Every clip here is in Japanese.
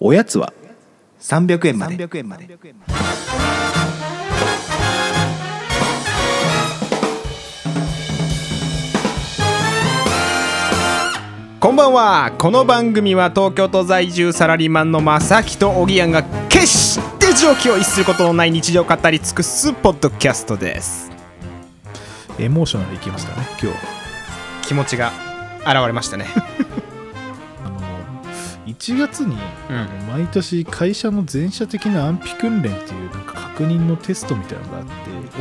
おやつは300円まで300円までこんばんはこの番組は東京都在住サラリーマンの正木とおぎやんが決して常軌を逸することのない日常を語り尽くすポッドキャストですエモーショナルいきましたね今日気持ちが現れましたねあの1月にうん毎年会社の全社的な安否訓練っていうなんか確認のテストみたいなのがあって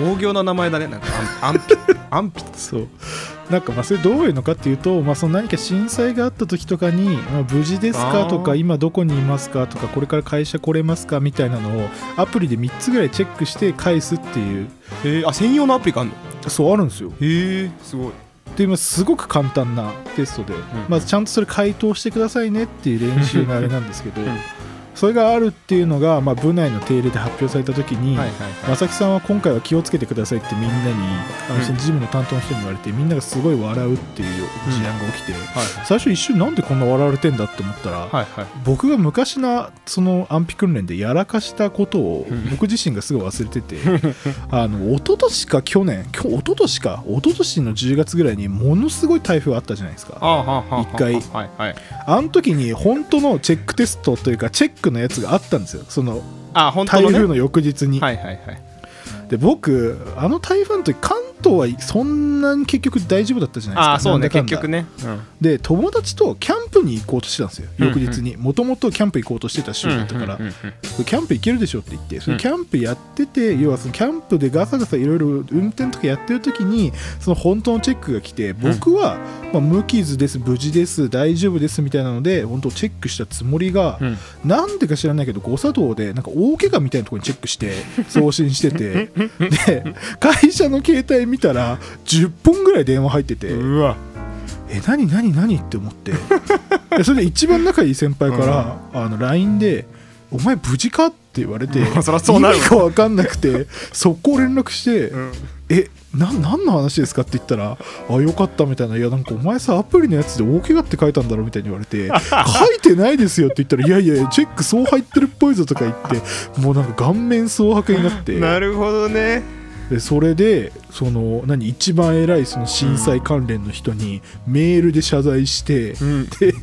大行の名前だねなんか安安否安否そうなんかまあそれどういうのかっていうと、まあ、その何か震災があった時とかに、まあ、無事ですかとあかー今どこにいますかとかこれから会社来れますかみたいなのをアプリで3つぐらいチェックして返すっていうへえあ専用のアプリがあるのそうあるんですよへえすごいでまあすごく簡単なテストで、まあ、ちゃんとそれ回答してくださいねっていう練習のあれなんですけど、んそれがあるっていうのが、まあ、部内の定例で発表された時に、はいはいはい正木さんは今回は気をつけてくださいってみんなにあうんのそのジムの担当の人に言われて、みんながすごい笑うっていう事案が起きて、最初一瞬なんでこんな笑われてんだって思ったら、はいはい僕が昔のその安否訓練でやらかしたことをうん僕自身がすごい忘れて てあの一昨年か去年きょ一昨年か一昨年の10月ぐらいにものすごい台風あったじゃないですかああはあはあ一回はいはいあの時に本当のチェックテストというかチェックのやつがあったんですよそのあ本当台のね風の翌日に、はいはいはいで僕あの台風の時関東はそんなに結局大丈夫だったじゃないですかああそうなねん結だか局んだねうんで友達とキャンプに行こうとしてたんですよ翌日にもともとキャンプ行こうとしてた週だったから、うんうんうんうんキャンプ行けるでしょって言ってそうんのキャンプやってて、要はそのキャンプでガサガサいろいろ運転とかやってる時にその本当のチェックが来て僕は、まあ、無傷です無事です大丈夫ですみたいなので本当チェックしたつもりが、うんなんでか知らないけど誤作動でなんか大怪我みたいなところにチェック して送信しててで会社の携帯見たら10本ぐらい電話入ってて。うわえ何何何って思ってでそれで一番仲いい先輩から、あの LINE で「お前無事か?」って言われてそりゃそうなるわ意味が分かんなくて速攻連絡して「んえな何の話ですか?」って言ったら「あよかった」みたいな「いやなんかお前さアプリのやつで大怪我って書いたんだろ」みたいに言われ て「書いてないですよ」って言ったら「いやいやいやチェックそう入ってるっぽいぞ」とか言ってもうなんか顔面蒼白になってなるほどねでそれでその何一番偉いその震災関連の人にメールで謝罪して、んで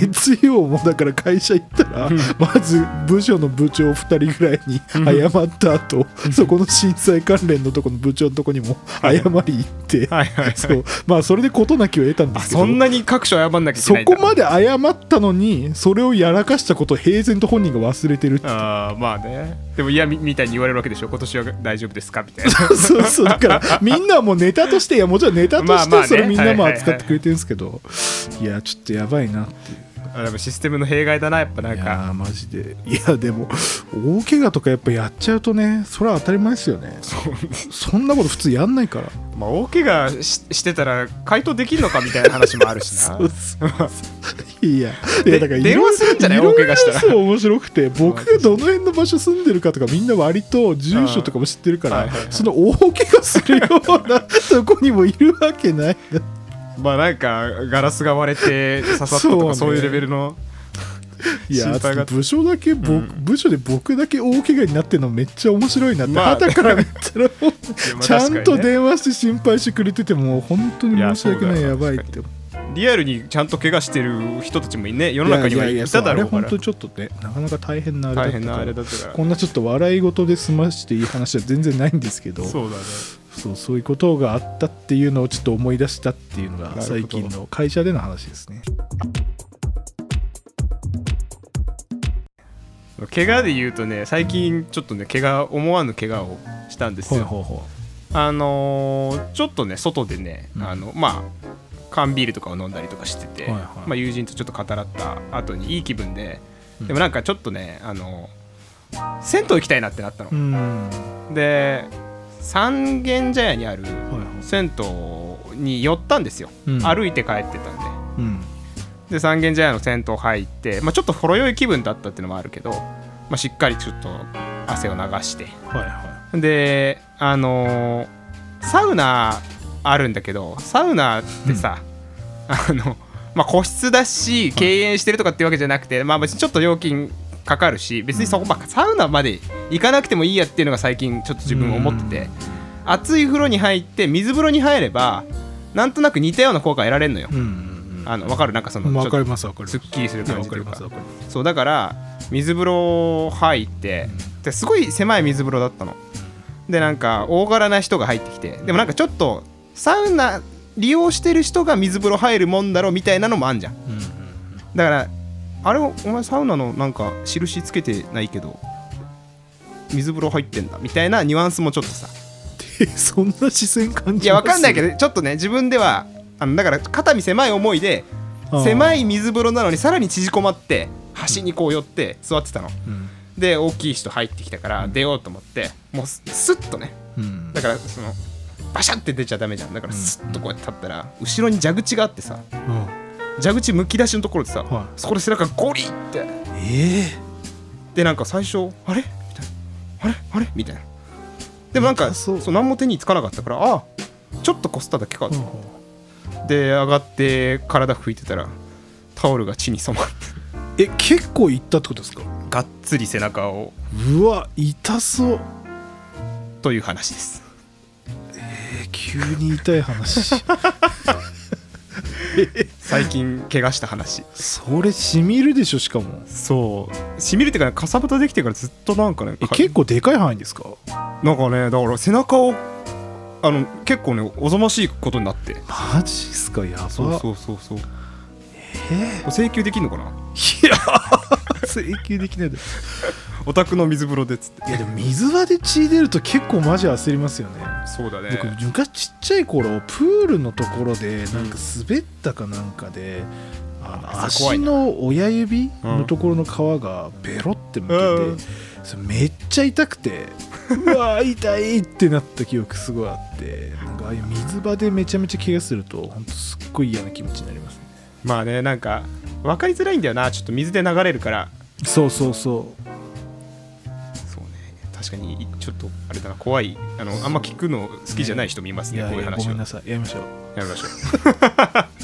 月曜もだから会社行ったら、まず部署の部長2人ぐらいに謝った後、そこの震災関連のとこの部長のとこにも謝り行って、はいはいはいそうまあそれで事なきを得たんであすけど そんなに各所謝んなきゃいけそないんだこまで謝ったのにそれをやらかしたことを平然と本人が忘れてるっていうああまあねでも嫌みみたいに言われるわけでしょ今年は大丈夫ですかみたいな そうそうだからみんなはもうネタとしていやもちろんネタとまあしまあてねそれみんなもはいはいはい扱ってくれてるんですけど、いやちょっとやばいなってあでもシステムの弊害だなやっぱないんかやーマジでいやでも大怪我とかやっぱやっちゃうとねそれは当たり前ですよねそんなこと普通やんないからまあ大怪我ししてたら回答できるのかみたいな話もあるしな そう いやいでやだから電話するんじゃないろ大怪我したらいろそう面白くて僕がどの辺の場所住んでるかとかみんな割と住所とかも知ってるかうんらはいはいはいその大怪我するようなとこにもいるわけないなまあなんかガラスが割れて刺さったとそかそうう,、ねいうレベルのいや心配が部署だけ僕、部署で僕だけ大怪我になってるのめっちゃ面白いなって、まあ肌から見たら もうまあちゃん確かとにね電話して心配してくれててもう本当に申し訳ないいややそうばだよいってリアルにちゃんと怪我してる人たちもいね世の中にはやいいやいやそたうあだれろうか本ら当ちょっとねなかなか大変なあれだっ大た変からなあれだったからこんなちょっと笑い事で済ましていい話は全然ないんですけどそうだねそうそういうことがあったっていうのをちょっと思い出したっていうのほがど最近の会社での話ですね怪我で言うとね最近ちょっとね怪我思わぬ怪我をしたんですほいよほいほあのーちょっとね外でね、うんあのまあ缶ビールとかを飲んだりとかしてて、はいはいまあ、友人とちょっと語らった後にいい気分で、うんでもなんかちょっとねあの銭湯行きたいなってなったのうう、んはいで三軒茶屋にあるはい銭湯に寄ったんですよ、うん歩いて帰ってたんでうんで三軒茶屋の銭湯入って、まあ、ちょっとほろ酔い気分だったっていうのもあるけど、まあ、しっかりちょっと汗を流してはいはであのーサウナあるんだけどサウナってさ、あのまあ個室だし敬遠してるとかっていうわけじゃなくて、まあ別にちょっと料金かかるし別にそこばっかサウナまで行かなくてもいいやっていうのが最近ちょっと自分思ってて熱い風呂に入って水風呂に入ればなんとなく似たような効果得られるのようんうんあの分かるなんかそのうんわちかょっりますわかりとますすっきりする感わじかりというまかすわかりまそうだから水風呂入ってで、すごい狭い水風呂だったのでなんか大柄な人が入ってきてでもなんかちょっとサウナ利用してる人が水風呂入るもんだろみたいなのもあんじゃんすうんうんだからあれお前サウナのなんか印つけてないけど水風呂入ってんだみたいなニュアンスもちょっとさえそんな視線感いじやわかんないけどどちょっとね自分ではあのだから肩身狭い思いで狭い、い水風呂なのにさらに縮こまって端にこう寄って座ってたのうんで大きい人入ってきたから出ようと思ってもうすスッとねうんだからそのバシャって出ちゃダメじゃんだからスッとこうやって立ったら後ろに蛇口があってさうん蛇口むき出しのところでさ、はいそこで背中ゴリってえでなんか最初あれみたいなあれあれみたいなでもなんか痛そそうう何も手につかなかったからあちょっとこすっただけかえと、で上がって体拭いてたらタオルが血に染まってえ結構いったってことですかがっつり背中をうわ痛そうという話ですえ急に痛い話最近怪我した話それしみるでしょしかもそうしみるっていうかねかさぶたできてからずっとなんかねえか結構でかい範囲ですかなんかねだから背中をあの結構ねおぞましいことになってマジっすかやばそうそうそうそうえ請求できんのかなーい や請求できないでお宅の水風呂でっつっていやでも水場で血出ると結構マジ焦りますよねそうだね僕昔ちっちゃい頃プールのところでなんか滑ったかなんかで、あのあそこ怖い足なの親指うんのところの皮がベロってむけて、うんそれめっちゃ痛くてうわー痛いってなった記憶すごいあってなんかああいう水場でめちゃめちゃ怪我するとほんとすっごい嫌な気持ちになりますねまあねなんか分かりづらいんだよなちょっと水で流れるからそうそうそそうね確かにちょっとあれだな怖いあのあんま聞くの好きじゃない人もいますういねやこういいうや話ごめをんやなさいやめましょうめましょう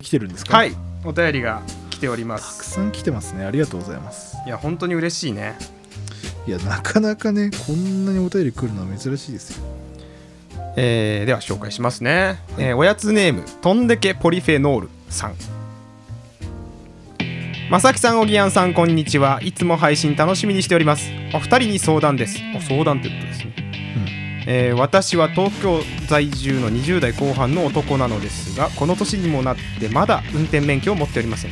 来てるんですかはいお便りが来ておりまたくすさん来てますねありがとうございますいや本当に嬉しいねいやなかなかねこんなにお便り来るのは珍しいですよえーでは紹介しますね、えーおやつネームとんでけポリフェノールさんまさきさんおぎやんさんこんにちはいつも配信楽しみにしておりますお二人に相談ですお相談ってことですね、えー私は東京在住の20代後半の男なのですがこの年にもなってまだ運転免許を持っておりません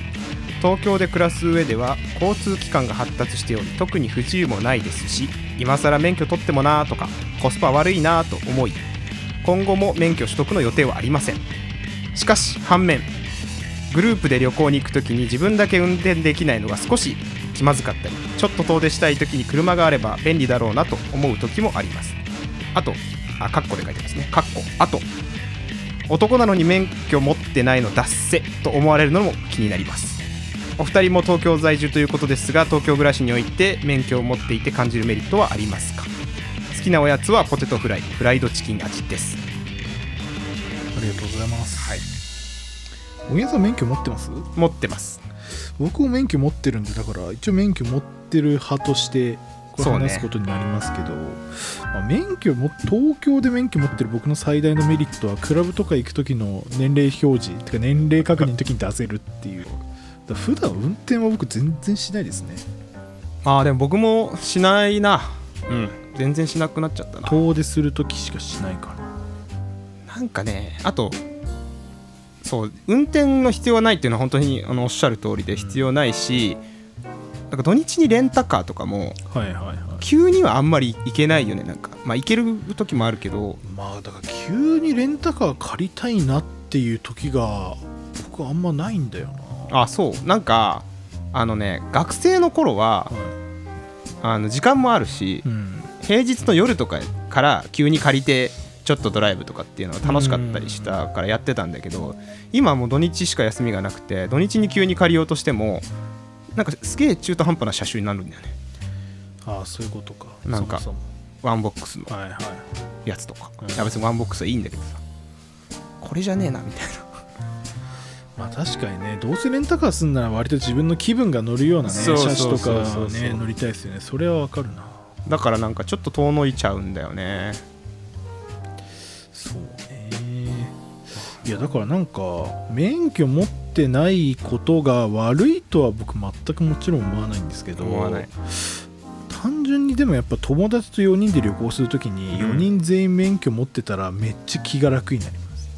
東京で暮らす上では交通機関が発達しており特に不自由もないですし今更免許取ってもなーとかコスパ悪いなーと思い今後も免許取得の予定はありませんしかし反面グループで旅行に行く時に自分だけ運転できないのが少し気まずかったりちょっと遠出したい時に車があれば便利だろうなと思う時もありますあとあカッコで書いてますねカッコあと男なのに免許持ってないの脱せと思われるのも気になりますお二人も東京在住ということですが東京暮らしにおいて免許を持っていて感じるメリットはありますか好きなおやつはポテトフライフライドチキン味ですありがとうございますはいおげんさん免許持ってます持ってます僕も免許持ってるんでだから一応免許持ってる派としてこれそうね話すことになりますけど、まあ、免許も東京で免許持ってる僕の最大のメリットはクラブとか行く時の年齢表示てか年齢確認の時に出せるっていうだから普段運転は僕全然しないですねああでも僕もしないなうん全然しなくなっちゃったな遠出する時しかしないかななんかねあとそう運転の必要はないっていうのは本当にあのおっしゃる通りで必要ないしなんか土日にレンタカーとかもはいはいはい急にはあんまり行けないよねなんかまあ行ける時もあるけどまあだから急にレンタカー借りたいなっていう時が僕はあんまないんだよなあそうなんかあのね学生の頃ははあの時間もあるしいうん平日の夜とかから急に借りてちょっとドライブとかっていうのは楽しかったりしたからやってたんだけど今はもう土日しか休みがなくて土日に急に借りようとしてもなんかすげえ中途半端な車種になるんだよねああそういうことかなんかそもワンボックスのそもはいはいやつとかうんいや別にワンボックスはいいんだけどさこれじゃねえなみたいまなあ確かにねどうせレンタカーすんなら割と自分の気分が乗るようなねそうそ車うそ種とうそうかはね乗りたいですよねそれはわかるなだからなんかちょっと遠のいちゃうんだよねそうねいやだからなんか免許持ってないことが悪いとは僕全くもちろん思わないんですけど思わない単純にでもやっぱ友達と4人で旅行するときにうん4人全員免許持ってたらめっちゃ気が楽になります、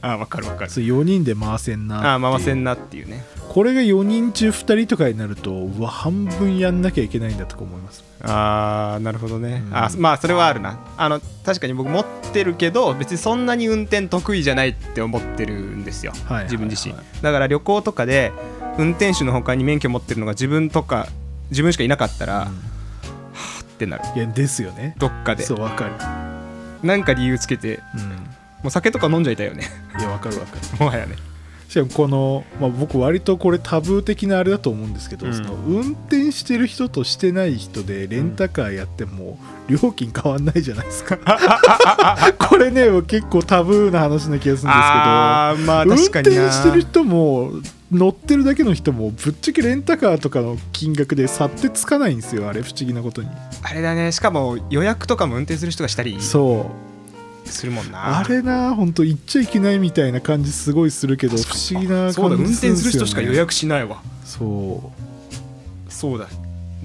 あわかるわかるそう4人で回せんなっていうあ回せんなっていうねこれが4人中2人とかになるとうわ半分やんなきゃいけないんだとか思いますあーなるほどね、うんあまあそれはあるなあの確かに僕持ってるけど別にそんなに運転得意じゃないって思ってるんですよ、はい自分自身はいだから旅行とかで運転手の他に免許持ってるのが自分とか自分しかいなかったら、はあってなるいやですよねどっかでそうわかる、なんか理由つけてうもう酒とか飲んじゃいたよね ん、いやわかるわかるもはやねしかもこの、まあ、僕割とこれタブー的なあれだと思うんですけど、うんその運転してる人としてない人でレンタカーやっても料金変わんないじゃないです かこれね結構タブーな話な気がするんですけどあーまあ運確か転になしてる人も乗ってるだけの人もぶっちゃけレンタカーとかの金額で差ってつかないんですよあれ不思議なことにあれだねしかも予約とかも運転する人がしたりすそうるもんなあれな本当言っちゃいけないみたいな感じすごいするけど不思議な感じそうだ運転する人しか予んですよね約しないわそうそうだ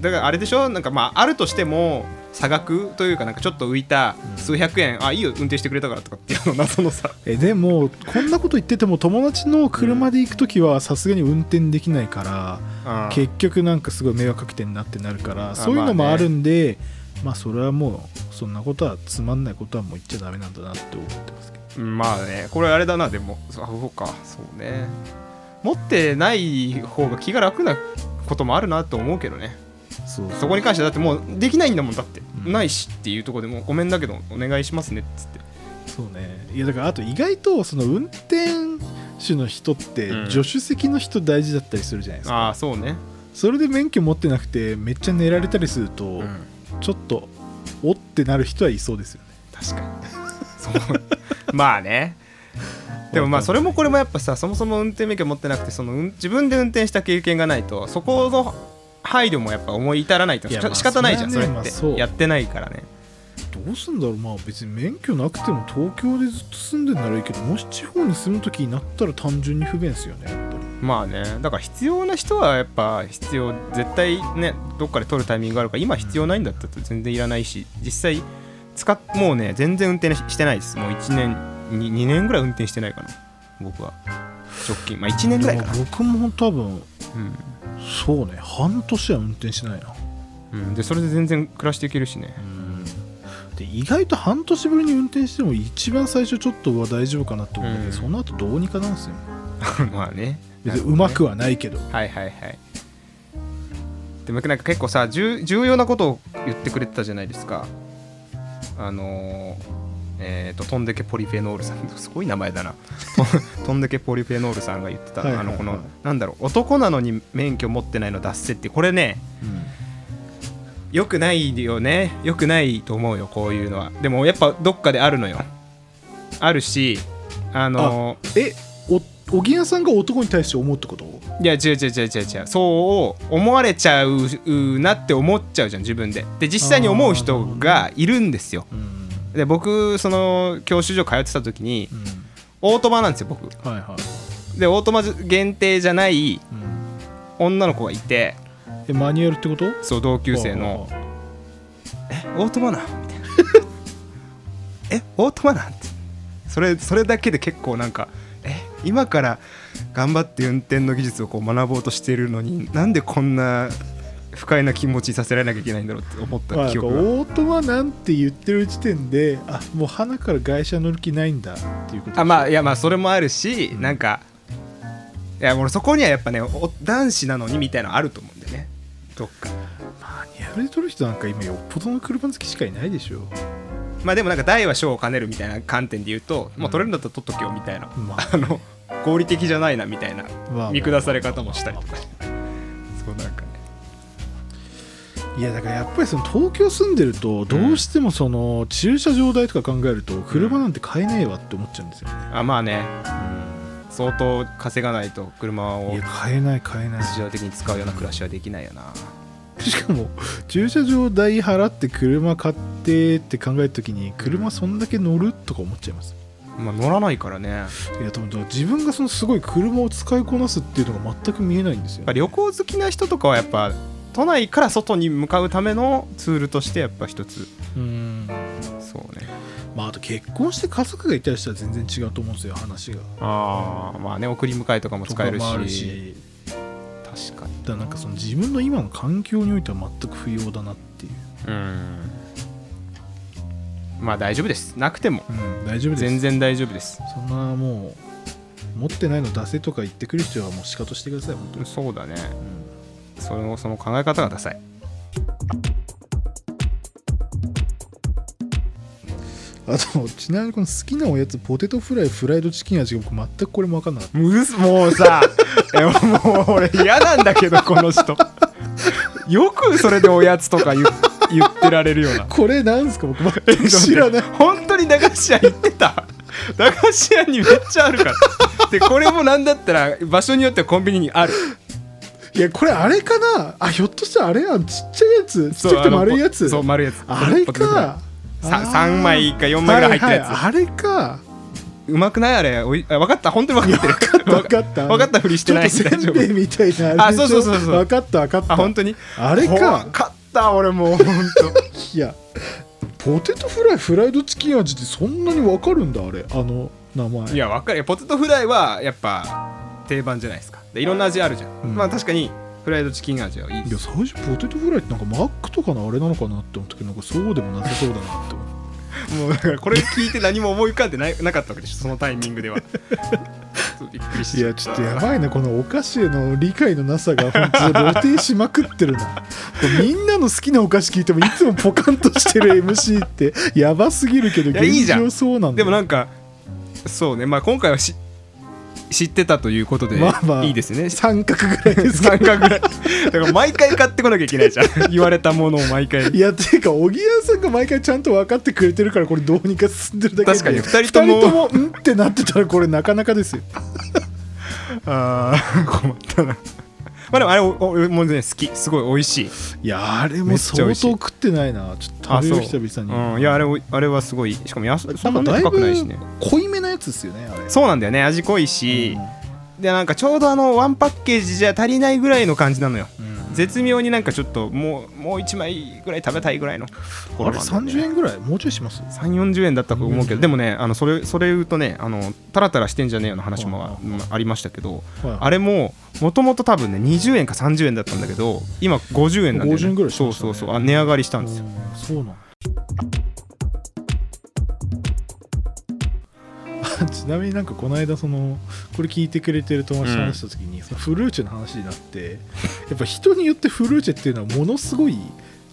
だからあれでしょなんかまああるとしても差額というかなんかちょっと浮いた数百円、あいいよ運転してくれたからとかっていうの謎の さえでもこんなこと言ってても友達の車で行く時はさすがに運転できないから、結局なんかすごい迷惑かけてんなってなるからそういうのもあるんで、まあそれはもうそんなことはつまんないことはもう言っちゃダメなんだなって思ってますけどうんまあねこれあれだなでもそうあそうかそうね持ってない方が気が楽なこともあるなと思うけどねそうそこに関してはだってもうできないんだもんだって、うんないしっていうところでもうごめんだけどお願いしますねっつってそうねいやだからあと意外とその運転手の人ってうん助手席の人大事だったりするじゃないですか、ああそうね、それで免許持ってなくてめっちゃ寝られたりすると、うんちょっとおってなる人はいそうですよね確かにそうまあねでもまあそれもこれもやっぱさそもそも運転免許持ってなくてそのうん自分で運転した経験がないとそこの配慮もやっぱ思い至らないといやしかまあ仕方ないじゃんそそれれっはて、ねまあそうやってないからねどうすんだろうまあ別に免許なくても東京でずっと住んでんならいいけどもし地方に住む時になったら単純に不便ですよねやっぱりまあねだから必要な人はやっぱ必要絶対ねどっかで取るタイミングがあるから今必要ないんだったら全然いらないし実際使っもうね全然運転してないですもう1年 2, 2年ぐらい運転してないかな僕は直近まあ1年ぐらいかなでも僕も多分うんそうね半年は運転してないなうん、でそれで全然暮らしていけるしねうんで意外と半年ぶりに運転しても一番最初ちょっとは大丈夫かなと思うんだけど、うんその後どうにかなんですよね まあね別にうまくはないけどはいはいはいでもなんか結構さ重重要なことを言ってくれてたじゃないですかあのーえー、ととんでけポリフェノールさん すごい名前だなととんでけポリフェノールさんが言ってた、はいはいはいあのこのなんだろう男なのに免許持ってないの脱せってこれねよくないよねよくないと思うよこういうのはでもやっぱどっかであるのよあるしあのーえおおぎやさんが男に対して思うってこといや違う違う違う違う違うそう思われちゃうなって思っちゃうじゃん自分でで実際に思う人がいるんですようん、で僕その教習所通ってた時にオートマなんですよ僕はいはい、でオートマ限定じゃない女の子がいてえマニュアルってことそう同級生のオート マナーみたいなえオートマナーってそれそれだけで結構なんかえ今から頑張って運転の技術をこう学ぼうとしているのになんでこんな不快な気持ちにさせられなきゃいけないんだろうって思っまあたなん記か憶がオートマなんて言ってる時点であもう鼻から外車乗る気ないんだっていうことでしょあまあいやまあそれもあるしなんかいや俺そこにはやっぱねお男子なのにみたいなのあると思うんだよねどっかマニュアルで取る人なんか今よっぽどの車好きしかいないでしょまあでもなんか大は小を兼ねるみたいな観点で言うと、もう取れるんだったら取っとけよみたいな、まああの合理的じゃないなみたいなまあ見下され方もしたりとかそうなんかねいやだからやっぱりその東京住んでるとどうしてもその駐車場代とか考えると車なんて買えねえわって思っちゃうんですよね、あまあね相当稼がないと車いをや買えない買えない日常的に使うような暮らしはできないよなしかも駐車場代払って車買ってって考えるときに車そんだけ乗るとか思っちゃいますまあ乗らないからねやいや多分だから自分がそのすごい車を使いこなすっていうのが全く見えないんですよっぱ旅行好きな人とかはやっぱ都内から外に向かうためのツールとしてやっぱ一つうんそうねまああと結婚して家族がいたりしたら全然違うと思うんですよ話がああまあね送り迎えとかも使えるとかもあしるし確かにだからなんかその自分の今の環境においては全く不要だなっていう、うんまあ大丈夫ですなくてもうん、大丈夫です全然大丈夫ですそんなもう持ってないの出せとか言ってくる人はもう仕方してください本当に、そうだねうんそのその考え方がダサいあとちなみにこの好きなおやつポテトフライフライドチキン味が僕全くこれも分かんなかっもうもう さえもう俺嫌なんだけどこの人よくそれでおやつとか言う言ってられるようなたこれなんですか僕全く知らない 本当に駄菓子屋行ってた駄菓子屋にめっちゃあるからでこれもなんだったら場所によってはコンビニにある いやこれあれかなあひょっとしたらあれやんちっちゃいやつちっちゃくて丸いやあのつそう丸いやつあれかさあー三枚か四枚ぐらい入ってるやつはいはいあれかうまくないあれおいあ分かった本当に分かってる分かった分かったふりしてないちょっと大せ丈んべい夫みたいなれでしょあそうそうそうそう分かった分かったあ本当にあれ怖かかった俺もう本いやポテトフライフライドチキン味ってそんなに分かるんだあれあの名前当いや分かるよポテトフライはやっぱ定番じゃないですかでいろんな味あるじゃん、うんまあ確かにフライドチキン味はいいいでやす最初ポテトフライってなんかマックとかのあれなのかなって思ったけどなんかそうでもなさそうだなって思ってもうだからこれ聞いて何も思い浮かんでないなかったわけでしょそのタイミングで はそうびっくりしいちゃやったちょっとやばいなこのお菓子への理解のなさが本当露呈しまくってるなこうみんなの好きなお菓子聞いてもいつもポカンとしてる MC ってやばすぎるけどいやいい現じゃん状そうなんだでもよなんかそうねまあ今回はし知ってたということで、まあまあいいですね三角ぐらいですけ3ど巻ぐらいだから毎回買ってこなきゃいけないじゃん 言われたものを毎回いやていうか小木屋さんが毎回ちゃんと分かってくれてるからこれどうにか進んでるだけで確かに二人とも二人ともうんってなってたらこれなかなかですよああ困ったなまあでもあれおおもうね好きすごい美味しい いやあれめもっちゃ美相当味しい食ってないなちょっと食べよう久々に、うん、いやあれおあれはすごいしかも安そんななんにかだい高くないしぶね濃いめなやつですよねあれそうなんだよね味濃いし、でなんかちょうどあのワンパッケージじゃ足りないぐらいの感じなのようん絶妙になんかちょっともうもう1枚ぐらい食べたいぐらいのとこあれろなんだよね30円ぐらいもうちょいします3 4 0円だったと思うけどでもねあのそれそれ言うとねあのタラタラしてんじゃねえよの話もあうんありましたけどあれれももともと多分ね20円か30円だったんだけど今50円なんで、ね、 50円ぐらいしそまうしたねそうそうあ値上がりしたんですよそうなんだちなみになんかこの間そのこれ聞いてくれてる友達と話した時に、そのフルーチェの話になってやっぱ人によってフルーチェっていうのはものすごい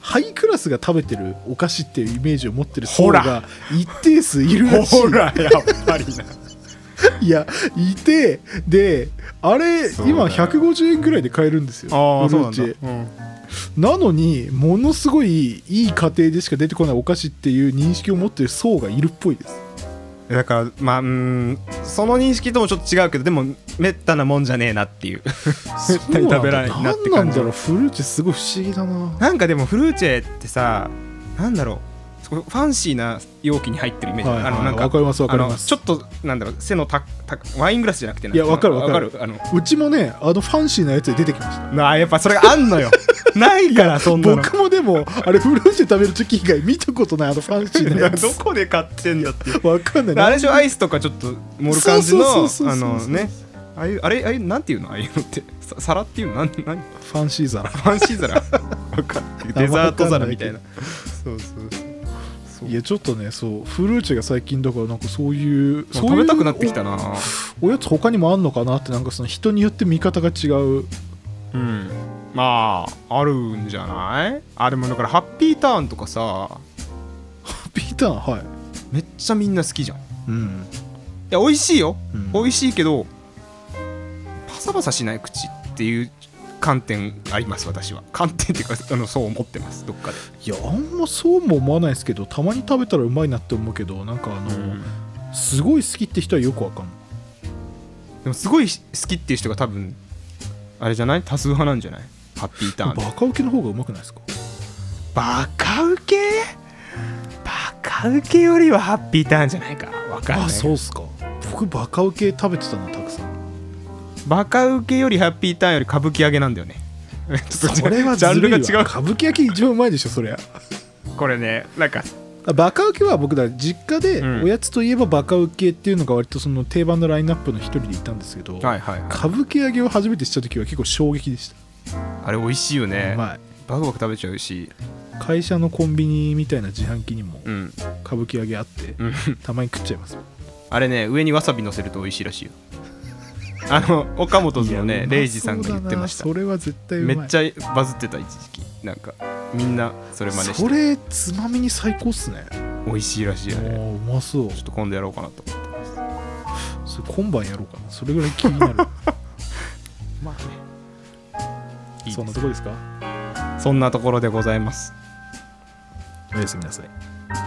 ハイクラスが食べてるお菓子っていうイメージを持ってる層ほらが一定数いるらしいらやっぱりないやいてであれそうだよ今150円ぐらいで買えるんですよああフそルーうなんチだ、ェなのにものすごいいい家庭でしか出てこないお菓子っていう認識を持ってる層がいるっぽいですだからまあうーんその認識ともちょっと違うけどでもめったなもんじゃねえな っていう絶対食べられないなって何感なんじだろうフルーチェすごい不思議だななんかでもフルーチェってさなんだろうファンシーな容器に入ってるイメージ、はいはいあのなんかわかりますわかりますあのちょっとなんだろう背のたたワイングラスじゃなくてなんいやわかるわかるあのうちもねあのファンシーなやつで出てきましたなあやっぱそれがあん のよないからそんなの僕もでもあれフルーチェ食べる時以外見たことないあのファンシーな や どつこで買ってんだっていうわかんないあれでしょアイスとかちょっと盛る感じのそうそうそうそうあのねああいうあれあれなんていうのああいうのってさ皿っていうのなんなんファンシー皿ファンシー皿 わかんないデザート皿みたいなそうそうそういやちょっとねそうフルーチェが最近だからなんかそういうそうい食うべたくなってきたなおおやつ他にもあんのかなってなんかその人によって見方が違ううんまああるんじゃないあでもだからハッピーターンとかさピーターンはいめっちゃみんな好きじゃんいうん、や美味しいようん美味しいけどパサパサしない口っていう観点あります私は観点っていうかあのそう思ってますどっかで、いやあんまそうも思わないですけどたまに食べたらうまいなって思うけどなんかあの、すごい好きって人はよくわかんないでもすごい好きっていう人が多分あれじゃない多数派なんじゃないハッピーターンってバカウケの方がうまくないですかバカウケバカウケよりはハッピーターンじゃないかわかんないあそうっすか僕バカウケ食べてたのたくさんバカウケよりハッピーターンより歌舞伎揚げなんだよねちょっとそれはジャンルがずるい違わう歌舞伎焼き一番うまいでしょそりゃこれねなんかあバカウケは僕だ実家でうんおやつといえばバカウケっていうのが割とその定番のラインナップの一人でいたんですけど、はいはい、はい、歌舞伎揚げを初めてした時は結構衝撃でした、あれ美味しいよねうまいバクバク食べちゃうし会社のコンビニみたいな自販機にもうん歌舞伎揚げあって、うん たまに食っちゃいますあれね上にわさび乗せると美味しいらしいよあの岡本のいねやレイジさんが言ってましたうまそうだなそれは絶対うまめいっちゃバズってた一時期なんかみんなそれまでしそてれつまみに最高っすね美味しいらしいあれもううまそうちょっと今度やろうかなと思ってますそれ今晩やろうかなそれぐらい気に なるまあねいいそんでなすとこですかそんなところでございますおやすみなさい